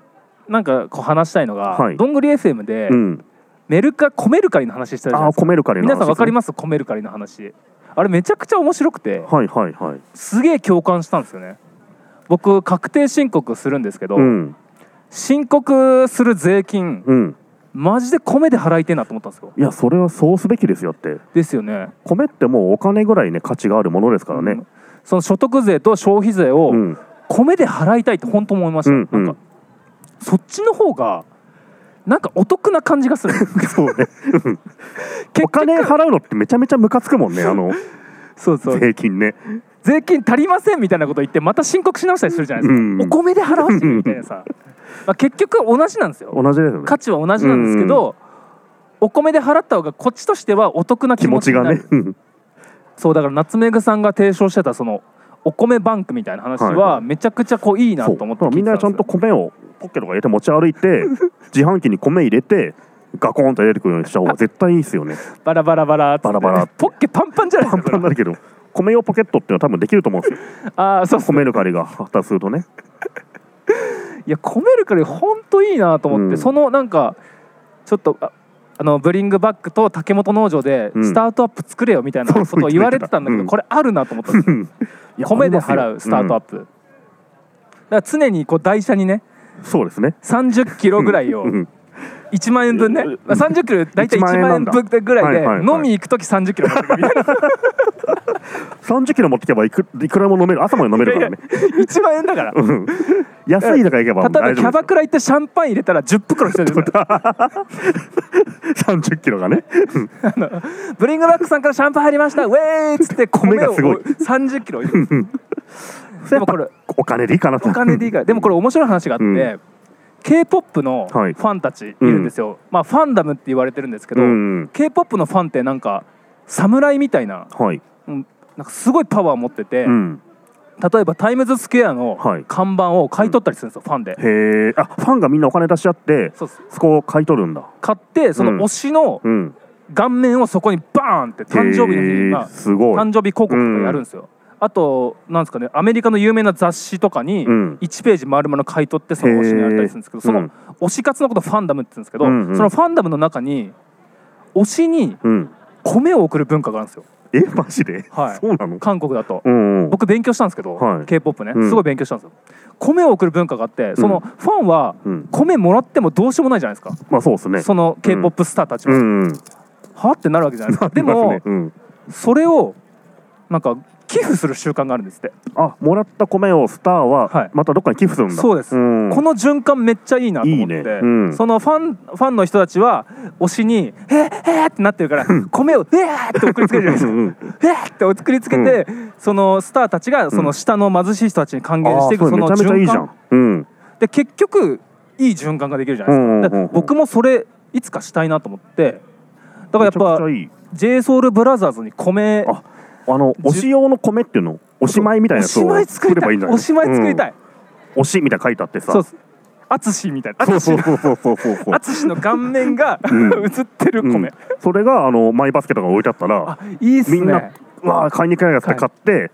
Speaker 1: なんかこう話したいのが、
Speaker 2: はい
Speaker 1: どんぐり FM で
Speaker 2: うん
Speaker 1: メルカコメルカリの話してたじゃない
Speaker 2: あ
Speaker 1: ですか
Speaker 2: コメルカリの話
Speaker 1: 皆さんわかり
Speaker 2: ま
Speaker 1: ますコメルカリの話あれめちゃくちゃ面白くて
Speaker 2: はいはいはい
Speaker 1: すげえ共感したんですよね僕確定申告するんですけど、
Speaker 2: うん
Speaker 1: 申告する税金
Speaker 2: うん
Speaker 1: マジで米で払いてえなと思ったんですよ
Speaker 2: いやそれはそうすべきですよって
Speaker 1: ですよね
Speaker 2: 米ってもうお金ぐらいね価値があるものですから
Speaker 1: う
Speaker 2: ね
Speaker 1: んその所得税と消費税を
Speaker 2: うん、
Speaker 1: 米で払いたいって本当思いました、
Speaker 2: うんうん
Speaker 1: なんかそっちの方がなんかお得な感じ
Speaker 2: *laughs*
Speaker 1: がする
Speaker 2: そうね
Speaker 1: *laughs* 結
Speaker 2: お金払うのってめちゃめちゃムカつくもんねあの
Speaker 1: そうそう
Speaker 2: 税金ね
Speaker 1: 税金足りませんみたいなこと言ってまた申告し直したりするじゃないですか、
Speaker 2: うん
Speaker 1: お米で払わせてるみたいな
Speaker 2: *laughs*
Speaker 1: さ、まあ、結局同じなんですよ
Speaker 2: 同じですよね
Speaker 1: 価値は同じなんですけど、お米で払った方がこっちとしてはお得な気
Speaker 2: 気
Speaker 1: 持
Speaker 2: 持
Speaker 1: ち
Speaker 2: ち
Speaker 1: にな
Speaker 2: が
Speaker 1: る
Speaker 2: ねうん
Speaker 1: そうだから夏目ぐさんが提唱してたそのお米バンクみたいな話
Speaker 2: はい
Speaker 1: はめちゃくちゃこういいなと思って
Speaker 2: そうだからみんなちゃんと米をポッケとか入れて持ち歩
Speaker 1: *laughs*
Speaker 2: いて自販機に米入れてガコンと入れてくるようにした方が絶対いいです
Speaker 1: *laughs*
Speaker 2: よね
Speaker 1: バラバラバラっつって
Speaker 2: バラバラ
Speaker 1: ポッケパンパンじゃない
Speaker 2: パ
Speaker 1: で
Speaker 2: ン
Speaker 1: すか
Speaker 2: パンになるけど米用ポケットっていうのは多分できると思うんですよ
Speaker 1: ああそうそう
Speaker 2: 米ぬかりが発達するとね
Speaker 1: いや米るからほんといいなと思って、
Speaker 2: うん
Speaker 1: そのなんかちょっとああのブリングバックと竹本農場で
Speaker 2: うん
Speaker 1: スタートアップ作れよみたいな
Speaker 2: そう
Speaker 1: こ
Speaker 2: そう
Speaker 1: とを言われてたんだけど、
Speaker 2: 言ってたうん
Speaker 1: これあるなと思ったんですよ
Speaker 2: *laughs* いや
Speaker 1: 米で
Speaker 2: あります
Speaker 1: 払
Speaker 2: よ
Speaker 1: うスタートアップ、だから常にこう台車にね
Speaker 2: うんそうですね
Speaker 1: 30キロぐらいを
Speaker 2: うん
Speaker 1: 1万円分ね、
Speaker 2: うん
Speaker 1: まあ、30キロ大体1
Speaker 2: 1万円
Speaker 1: 万
Speaker 2: な
Speaker 1: 円
Speaker 2: んだ
Speaker 1: 分ぐらいで
Speaker 2: はいはいはい
Speaker 1: 飲み行く時30キロ持ってくみたいな
Speaker 2: 30キロ持ってけばいくいくらも飲める朝まで飲めるからね
Speaker 1: 1万円だから
Speaker 2: うん安いだからいけば
Speaker 1: 例えば
Speaker 2: 大
Speaker 1: キ
Speaker 2: 丈
Speaker 1: ャ
Speaker 2: 夫
Speaker 1: バクラ行ってシャンパン入れたら10袋必要ですから
Speaker 2: 30キロがね
Speaker 1: ブリングバックさんからシャンパン入りましたウェーイっつって米
Speaker 2: 米
Speaker 1: を
Speaker 2: がすごい
Speaker 1: 30キロ入れるでもこれ
Speaker 2: お金でいいかなと
Speaker 1: お金でいいからでもこれ面白い話があって、
Speaker 2: うん
Speaker 1: k p o p のフ
Speaker 2: はい
Speaker 1: ァンたちいるんですよ、まあファンダムって言われてるんですけど、
Speaker 2: うん
Speaker 1: k p o p のファンってなんか侍みたいな,、
Speaker 2: はい
Speaker 1: うん、なんかすごいパワー持ってて、
Speaker 2: うん
Speaker 1: 例えばタイムズスクエアの
Speaker 2: はい
Speaker 1: 看板を買い取ったりするんですよ、ファンで
Speaker 2: へえあファンがみんなお金出し合って
Speaker 1: そうです
Speaker 2: そこを買い取るんだ
Speaker 1: 買ってその推しの
Speaker 2: うん
Speaker 1: 顔面をそこにバーンって誕生日の日に、
Speaker 2: へー
Speaker 1: まあ、
Speaker 2: すごい
Speaker 1: 誕生日広告とかやるんですよ、あとなんですかねアメリカの有名な雑誌とかに
Speaker 2: うん
Speaker 1: 1ページ丸々買い取ってその推しにやったりするんですけど
Speaker 2: へー
Speaker 1: その
Speaker 2: うん
Speaker 1: 推し活のことをファンダムって言うんですけど、
Speaker 2: うんうん
Speaker 1: そのファンダムの中に推しに
Speaker 2: うん、
Speaker 1: 米を送る文化があるんですよ
Speaker 2: えマジで、
Speaker 1: はい
Speaker 2: そうなの
Speaker 1: 韓国だと
Speaker 2: うんうん
Speaker 1: 僕勉強したんですけど、
Speaker 2: はい
Speaker 1: k p o p ね
Speaker 2: うん
Speaker 1: すごい勉強したんですよ、米を送る文化があってそのファンは
Speaker 2: うん
Speaker 1: 米もらってもどうしようもないじゃないですか、
Speaker 2: まあそうですね
Speaker 1: その k p o p スターたち
Speaker 2: う
Speaker 1: は、
Speaker 2: んうん
Speaker 1: はってなるわけじゃないですかで
Speaker 2: あり
Speaker 1: も、
Speaker 2: ますねうん、
Speaker 1: それをなんか寄付する習慣があるんですって
Speaker 2: あもらった米をスター
Speaker 1: は
Speaker 2: はいまたどっかに寄付するんだ、
Speaker 1: そうです
Speaker 2: ん
Speaker 1: この循環めっちゃいいなと思って
Speaker 2: いいねうん
Speaker 1: そのファンファンの人たちは推しに「えっえっ!」ってなってるから米を「えっ!」って送りつけるじゃないですか
Speaker 2: うんうん
Speaker 1: 「えっ!」って送りつけて、そのスターたちがその下の貧しい人たちに還元していく、
Speaker 2: あーそ
Speaker 1: そ
Speaker 2: れ
Speaker 1: の
Speaker 2: めちゃめちゃいい
Speaker 1: 循
Speaker 2: じゃ
Speaker 1: 環
Speaker 2: ん、うん、
Speaker 1: で結局いい循環ができるじゃないですか,、
Speaker 2: うんうんうんうん
Speaker 1: 僕もそれいつかしたいなと思ってだからやっ
Speaker 2: めちゃ
Speaker 1: ぱ
Speaker 2: くちゃいい
Speaker 1: j s o u l b r o t h e r に米
Speaker 2: ああの推し用の米っていうのおしまいみたいな
Speaker 1: お
Speaker 2: やつ
Speaker 1: し
Speaker 2: を
Speaker 1: まい作
Speaker 2: 作
Speaker 1: り
Speaker 2: れ
Speaker 1: た
Speaker 2: ば
Speaker 1: い
Speaker 2: いいんじゃない
Speaker 1: おしまい作りたい、
Speaker 2: うん推しみたいな書いてあってさ
Speaker 1: そうです淳みたいな
Speaker 2: そうそう
Speaker 1: 淳
Speaker 2: そうそうそうそう
Speaker 1: の顔面が
Speaker 2: ん
Speaker 1: *laughs* 映ってる
Speaker 2: うん
Speaker 1: 米、
Speaker 2: それがあのマイバスケとか置いてあったら
Speaker 1: あいいっす
Speaker 2: みんな、
Speaker 1: ね
Speaker 2: うわー買いに行かないやつって買って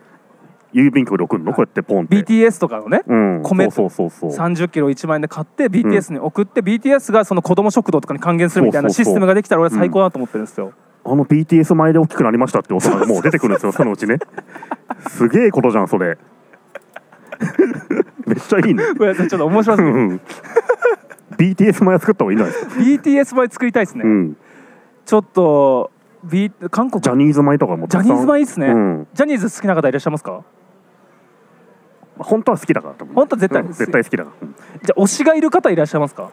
Speaker 2: 郵便局に送るの、こうやってポンって、
Speaker 1: BTS とかのね、
Speaker 2: うん、
Speaker 1: 米
Speaker 2: そうそうそうそう
Speaker 1: 30キロ1万円で買って BTS に送って BTS がその子供食堂とかに還元するみたいな
Speaker 2: そうそうそ
Speaker 1: シス
Speaker 2: う
Speaker 1: テムができたら俺最高だと思ってるんですよ、
Speaker 2: あの BTS 前で大きくなりましたっておさがもう出てくるんですよそのうちねすげえことじゃんそ
Speaker 1: *laughs*
Speaker 2: れめっちゃいいね
Speaker 1: ごめんなさいちょっと面白
Speaker 2: う
Speaker 1: すぎる
Speaker 2: んうん BTS 前作った方がいいんじゃないですか
Speaker 1: BTS 前作りたいですね、
Speaker 2: うん
Speaker 1: ちょっとビー韓国
Speaker 2: ジャニーズ米とかも
Speaker 1: ジャ
Speaker 2: たく
Speaker 1: ニ
Speaker 2: さん
Speaker 1: ーズ米いいっすね、
Speaker 2: うん
Speaker 1: ジャニーズ好きな方いらっしゃいますか
Speaker 2: 本当は好きだから多分
Speaker 1: 本当は絶対
Speaker 2: うん絶対好きだからうん
Speaker 1: じゃあ推しがいる方いらっしゃいますか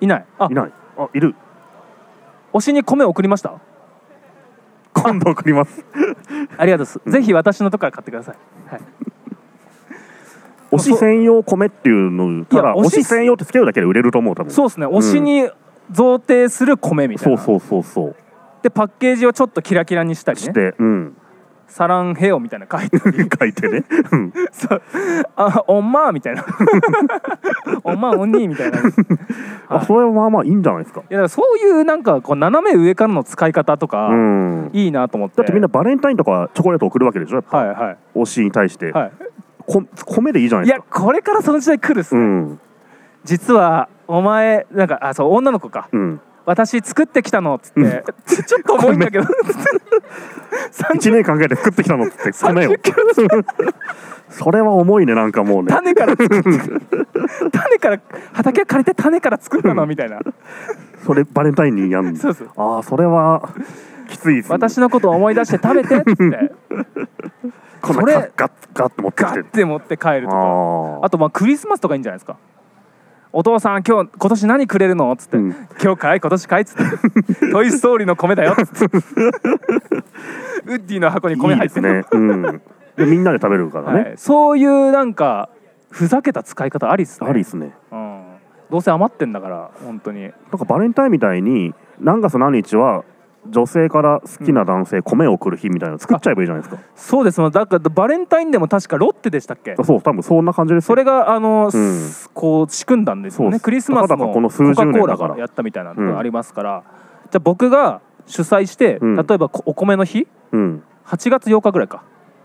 Speaker 1: いないあ
Speaker 2: いないあいる
Speaker 1: 推しに米送りました
Speaker 2: 今度送ります
Speaker 1: ありがとうございます、ぜひ私のとこから買ってください、はい、
Speaker 2: 推し専用米っていうのただ
Speaker 1: いや推
Speaker 2: 推
Speaker 1: し
Speaker 2: し専用ってつけるだけで売れると思う多分
Speaker 1: そうですね推しに贈呈する米みたい
Speaker 2: そう
Speaker 1: な
Speaker 2: そうそうそう
Speaker 1: でパッケージをちょっとキラキラにしたり
Speaker 2: し
Speaker 1: ね
Speaker 2: てうん
Speaker 1: サランヘヨみたいなの書いて *laughs*
Speaker 2: 書いてねうん
Speaker 1: そうあおんまーみ
Speaker 2: *laughs*
Speaker 1: たいなおんまーおんにーみたいな
Speaker 2: あそれはまあまあいいんじゃないですか
Speaker 1: いやだからそういうなんかこう斜め上からの使い方とか、
Speaker 2: うん
Speaker 1: いいなと思って
Speaker 2: だってみんなバレンタインとかチョコレート送るわけでしょやっぱ
Speaker 1: はいは
Speaker 2: 推しに対して、
Speaker 1: いは
Speaker 2: こ米でいいじゃない
Speaker 1: いい
Speaker 2: です
Speaker 1: や
Speaker 2: か
Speaker 1: これからその時代来るっす、
Speaker 2: うん
Speaker 1: 実はお前なんかあそう女の子か
Speaker 2: うん
Speaker 1: 私作ってきたのっつって、ちょっと重いんだけど
Speaker 2: 1年かけて作ってきたのって米を
Speaker 1: 30キロ
Speaker 2: *laughs* それは重いねなんかもうね
Speaker 1: *laughs* 種から *laughs* 作って種から畑は借りて種から作ったのみたいな
Speaker 2: それバレンタインにやんの
Speaker 1: そうそう
Speaker 2: ああそれはきついですね
Speaker 1: 私のことを思い出して食べてっつって
Speaker 2: こん
Speaker 1: そ
Speaker 2: な
Speaker 1: れ
Speaker 2: ガッガッガッて持ってき
Speaker 1: ガ
Speaker 2: て
Speaker 1: ッて持って帰ると
Speaker 2: あ
Speaker 1: か
Speaker 2: あ
Speaker 1: あとまあクリスマスとかいいんじゃないですかお父さん今日今年何くれるのっつって、
Speaker 2: うん
Speaker 1: 今日かい今年かいっつっ
Speaker 2: *laughs*
Speaker 1: て「トイ・ストーリーの米だよ」っつってウッディの箱に米
Speaker 2: いい
Speaker 1: 入
Speaker 2: で
Speaker 1: って
Speaker 2: す
Speaker 1: る
Speaker 2: ねうんでみんなで食べるから
Speaker 1: は
Speaker 2: ね、
Speaker 1: い、そういうなんかふざけた使い方ありっすね
Speaker 2: ありですね
Speaker 1: うん、どうせ余ってんだから本当に
Speaker 2: なんかバレンタインみたいに何月何日は女性から好きな男性、米を送る日みたいなの作っちゃえばいいじゃないですか
Speaker 1: そうですだからバレンタインでも確かロッテでしたっけ
Speaker 2: あそう多分そんな感じですよ
Speaker 1: それがあの、
Speaker 2: うん
Speaker 1: こう仕組んだんですよ
Speaker 2: そう
Speaker 1: ね
Speaker 2: です
Speaker 1: クリスマスの
Speaker 2: ただ
Speaker 1: コ
Speaker 2: この数
Speaker 1: カ・
Speaker 2: 十
Speaker 1: コ
Speaker 2: 年だ
Speaker 1: ー
Speaker 2: から
Speaker 1: ラがやったみたいなのがありますから、じゃあ僕が主催して、
Speaker 2: うん
Speaker 1: 例えばこお米の日
Speaker 2: うん
Speaker 1: 8月8日ぐらいか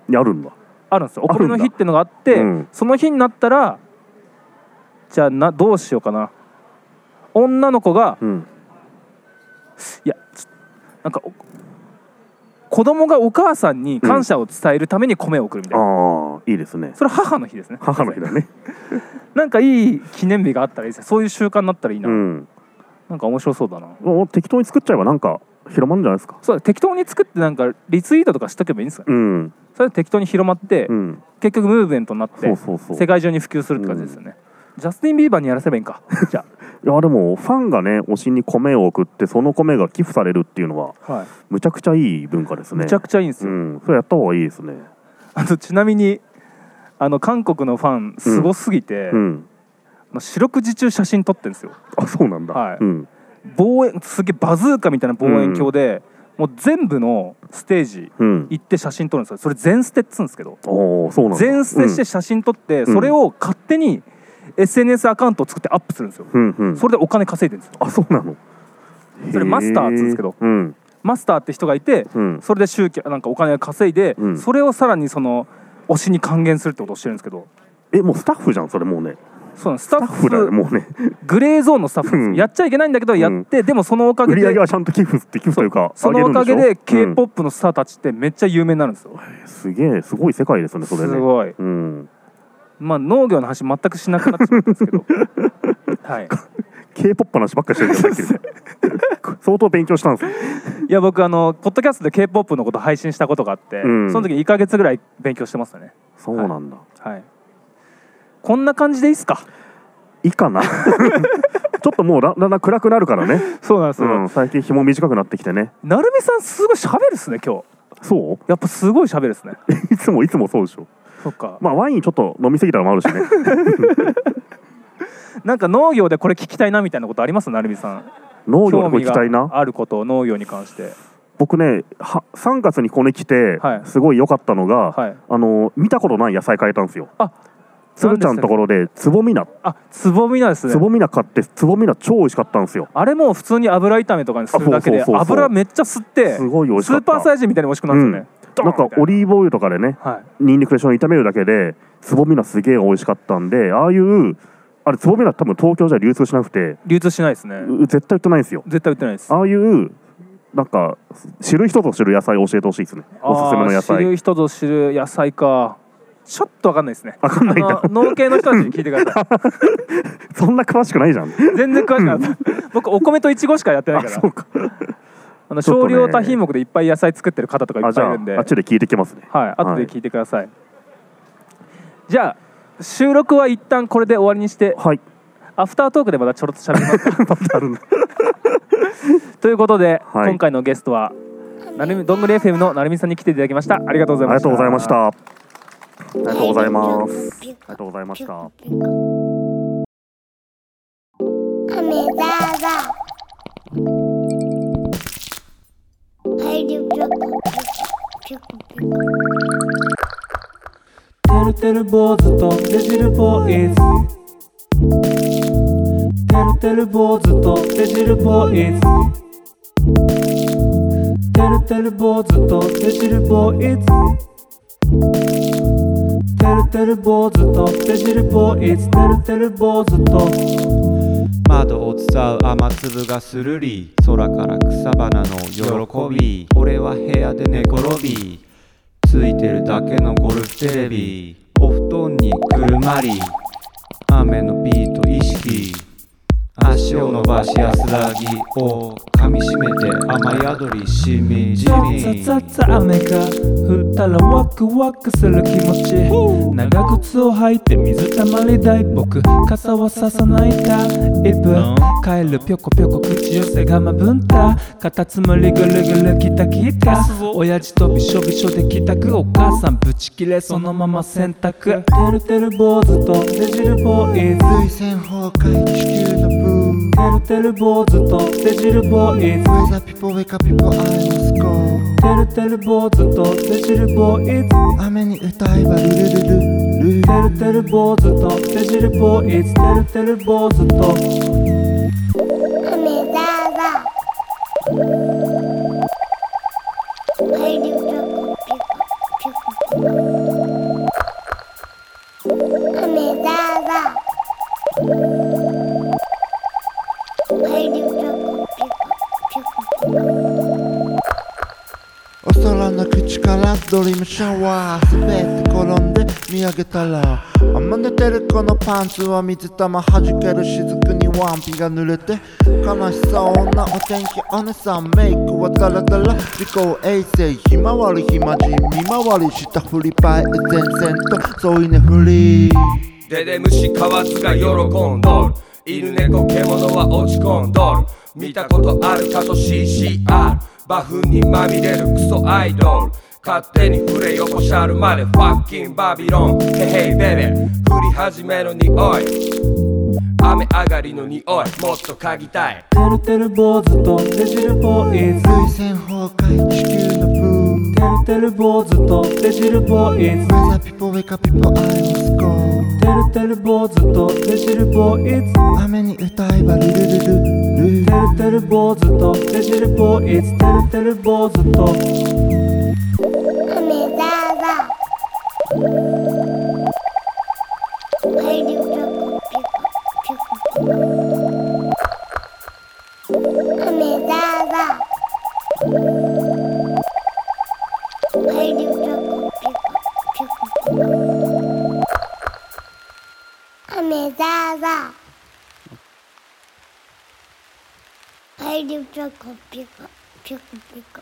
Speaker 2: やるんだ
Speaker 1: あるんですよお
Speaker 2: ある
Speaker 1: 米
Speaker 2: んだ
Speaker 1: の日ってのがあって
Speaker 2: うん
Speaker 1: その日になったらじゃあなどうしようかな女の子が
Speaker 2: うん
Speaker 1: いやちなんかお子供がお母さんに感謝を伝えるために米を送るみたいな、
Speaker 2: ああいいですね
Speaker 1: それ母の日ですね
Speaker 2: 母の日だね
Speaker 1: なんかいい記念日があったらいいですねそういう習慣になったらいいな、
Speaker 2: うん
Speaker 1: なんか面白そうだな
Speaker 2: もう適当に作っちゃえばなんか広まるんじゃないですか
Speaker 1: そうだ適当に作ってなんかリツイートとかしとけばいいんですかね
Speaker 2: うん
Speaker 1: それで適当に広まって、
Speaker 2: うん
Speaker 1: 結局ムーブメントになって
Speaker 2: そうそうそう
Speaker 1: 世界中に普及するって感じですよね、ジャスティン・ビーバーにやらせばいいんかじゃ
Speaker 2: いやでもファンがね推しに米を送ってその米が寄付されるっていうのは
Speaker 1: あ、はい、
Speaker 2: むちゃくちゃいい文化ですね
Speaker 1: めちゃくちゃいいんです
Speaker 2: う
Speaker 1: よ、
Speaker 2: んそれやった方がいいですね
Speaker 1: あとちなみにあの韓国のファンすごすぎて、
Speaker 2: うん
Speaker 1: あの四六時中写真撮ってるんですよ
Speaker 2: あそうなんだ
Speaker 1: はい
Speaker 2: うん
Speaker 1: 望遠すげえバズーカみたいな望遠鏡で、もう全部のステージ
Speaker 2: うん
Speaker 1: 行って写真撮るんですよそれ全捨てっつうんですけど
Speaker 2: おおそうなんだ
Speaker 1: 全捨てして写真撮って、
Speaker 2: うん
Speaker 1: それを勝手に SNS アカウントを作ってアップするんですよ、
Speaker 2: うんうんうん
Speaker 1: それでお金稼いでるんですよ
Speaker 2: あそうなの
Speaker 1: それマスターっつうんですけど
Speaker 2: へうん
Speaker 1: マスターって人がいて、
Speaker 2: うん
Speaker 1: それで集客なんかお金を稼いで、
Speaker 2: うん
Speaker 1: それをさらにその推しに還元するってことをしてるんですけど
Speaker 2: えもうスタッフじゃんそれもうね
Speaker 1: そうなんですスタッ
Speaker 2: スタッフ
Speaker 1: フ
Speaker 2: だよねもうね
Speaker 1: グレーゾーンのスタッフなんですよ
Speaker 2: うん
Speaker 1: やっちゃいけないんだけどやって、でもそのおかげ
Speaker 2: 売り上
Speaker 1: で
Speaker 2: げはちゃんと寄付って寄付というか
Speaker 1: そのおかげで k p
Speaker 2: p o
Speaker 1: o p のスターたちってめっちゃ有名になるんですよ、
Speaker 2: p すげえすごい世界ですねそれね
Speaker 1: すごい
Speaker 2: うん
Speaker 1: まあ農業の話全くしなくなっちゃったんですけ
Speaker 2: *laughs*
Speaker 1: どはい
Speaker 2: k p o p 話ばっかりしてるじゃん *laughs* さっきの相当勉強したんですね
Speaker 1: いや僕あのポッドキャストで k p o p のこと配信したことがあって、
Speaker 2: うん
Speaker 1: その時1か月ぐらい勉強してましたね
Speaker 2: そうなんだ
Speaker 1: はいこんな感じでいいっすか
Speaker 2: いいかな *laughs* ちょっともうだだんだん暗くなるからね
Speaker 1: そうなんですよ、
Speaker 2: うん最近日も短くなってきてね
Speaker 1: なるみさんすごい喋るっすね今日
Speaker 2: そう
Speaker 1: やっぱすごい喋るっす
Speaker 2: *laughs*
Speaker 1: ね
Speaker 2: いつもいつもそうでしょ
Speaker 1: そっか、
Speaker 2: まあワインちょっと飲みすぎたのもあるし
Speaker 1: *laughs*
Speaker 2: ね
Speaker 1: なんか農業でこれ聞きたいなみたいなことありますなるみさん
Speaker 2: 農業
Speaker 1: 興
Speaker 2: のこ
Speaker 1: 味
Speaker 2: 行きたいな
Speaker 1: があること農業に関して
Speaker 2: 僕ねは3月にここに来て
Speaker 1: はい
Speaker 2: すごい良かったのが、
Speaker 1: はい
Speaker 2: あの見たことない野菜買えたんですよ
Speaker 1: あ
Speaker 2: つるちゃんのところでつぼみな
Speaker 1: あつぼみなんですね
Speaker 2: つぼみな買ってつぼみな超美味しかったんですよ
Speaker 1: あれもう普通に油炒めとかにするだけで
Speaker 2: あそうそうそうそう
Speaker 1: 油めっちゃ吸って
Speaker 2: すごい美味し
Speaker 1: ス
Speaker 2: か
Speaker 1: ー
Speaker 2: った
Speaker 1: パーサイズみたいに美味しくなるんですよね、ドーン
Speaker 2: なんかオリーブオイルとかでね
Speaker 1: はい
Speaker 2: ニンニクで一緒に炒めるだけでつぼみなすげえ美味しかったんでああいうあれつぼみな多分東京じゃ流通しなくて
Speaker 1: 流通しないですね
Speaker 2: う絶対売ってないんですよ
Speaker 1: 絶対売ってないです
Speaker 2: ああいうなんか知る人ぞ知る野菜を教えてほしいですねおすすめの野
Speaker 1: あー知
Speaker 2: 菜
Speaker 1: る人ぞ知る野菜かちょっとわかんないですね
Speaker 2: わかんないんだ
Speaker 1: あの農系の人たちに聞いてく
Speaker 2: *laughs*
Speaker 1: ださ
Speaker 2: そんな詳しくないじゃん
Speaker 1: い全然詳しくなかった僕お米といちごしかやってない
Speaker 2: あ
Speaker 1: から
Speaker 2: そうか
Speaker 1: *laughs* あの
Speaker 2: ちょっ
Speaker 1: 少
Speaker 2: とね
Speaker 1: 量多品目でいっぱい野菜作ってる方とかい
Speaker 2: あ
Speaker 1: っ
Speaker 2: じ
Speaker 1: ぱいい
Speaker 2: ゃ
Speaker 1: るんで
Speaker 2: ああっちで聞いてきますね
Speaker 1: はい、後で聞いてください、じゃあ収録は一旦これで終わりにして
Speaker 2: はい
Speaker 1: アフタートークでまたちょろっと喋ります
Speaker 2: *laughs* またあるんだ
Speaker 1: *laughs* ということで、
Speaker 2: はい
Speaker 1: 今回のゲストはなるみどんぐり FM のなるみさんに来ていただきましたありがとうござ
Speaker 2: あ
Speaker 1: いまし
Speaker 2: りがと
Speaker 1: た
Speaker 2: うございましたあり
Speaker 5: あ
Speaker 2: がとう
Speaker 5: りがとう
Speaker 2: ご
Speaker 5: ござ
Speaker 2: ざい
Speaker 5: い
Speaker 2: ま
Speaker 5: ますす。あり
Speaker 2: ありが
Speaker 5: が
Speaker 2: と
Speaker 5: と
Speaker 2: うご
Speaker 5: うご
Speaker 2: ざ
Speaker 5: ざ
Speaker 2: い
Speaker 5: い
Speaker 2: ま
Speaker 5: ま
Speaker 2: し
Speaker 5: したた。
Speaker 1: てるてる坊主とデジルボーイズてるてる坊主とデジルボーイズてるてる坊主とデジルボーイズてるてる坊主とデジルボーイズてるてる坊主と
Speaker 6: 窓を伝う雨粒がするり空から草花の喜び俺は部屋で寝転びついてるだけのゴルフテレビお布団にくるまり雨のビート意識足を伸ばし安らぎを噛みしめて雨宿りしみじみ
Speaker 7: ザザザ雨が降ったらワクワクする気持ち長靴を履いて水たまり大僕傘はささないタイプ帰るぴょこぴょこ口寄せがまぶんたカタツムリぐるぐるきたきた親父とびしょびしょで帰宅お母さんぶち切れそのまま洗濯てるてる坊主とねじるボーイズ
Speaker 8: 涙腺崩壊地球のブー
Speaker 7: てるてる坊主とねじるボーイズ
Speaker 8: Where the people wake up people I must go
Speaker 7: てるてる坊主とねじるボーイズ
Speaker 8: 雨に歌えばルルルルルル
Speaker 7: てるてる坊主とてじるボーイズてるてる坊主と
Speaker 8: お空の口からドリームシャワー滑って転んで見上げたら雨出てるこのパンツは水玉弾ける雫にワンピが濡れて悲しそうなお天気お姉さんメイクはダラダラ自己衛生ひまわりひまじ見回りした振り返り前線と添い寝振り
Speaker 9: デデムシカワツが喜んどる犬猫獣は落ち込んどる見たことあるかと CCR バフにまみれるクソアイドル勝手に触れよポシャルまでファッキンバビロンヘヘイベベ振り始めの匂い雨上がりの匂いもっと嗅ぎたい
Speaker 7: てるてる坊主とねじるボーイズ
Speaker 8: 涙腺崩壊地球のブー
Speaker 7: てるてる坊主とねじるボーイズ
Speaker 8: Where the people wake up people I must go
Speaker 7: てるてる坊主とねじるボーイズ
Speaker 8: 雨に歌えばルルルルル
Speaker 7: てるてる坊主とねじるボーイズてるてる坊主と
Speaker 5: Radio Pico, Pico, Pico, Pico.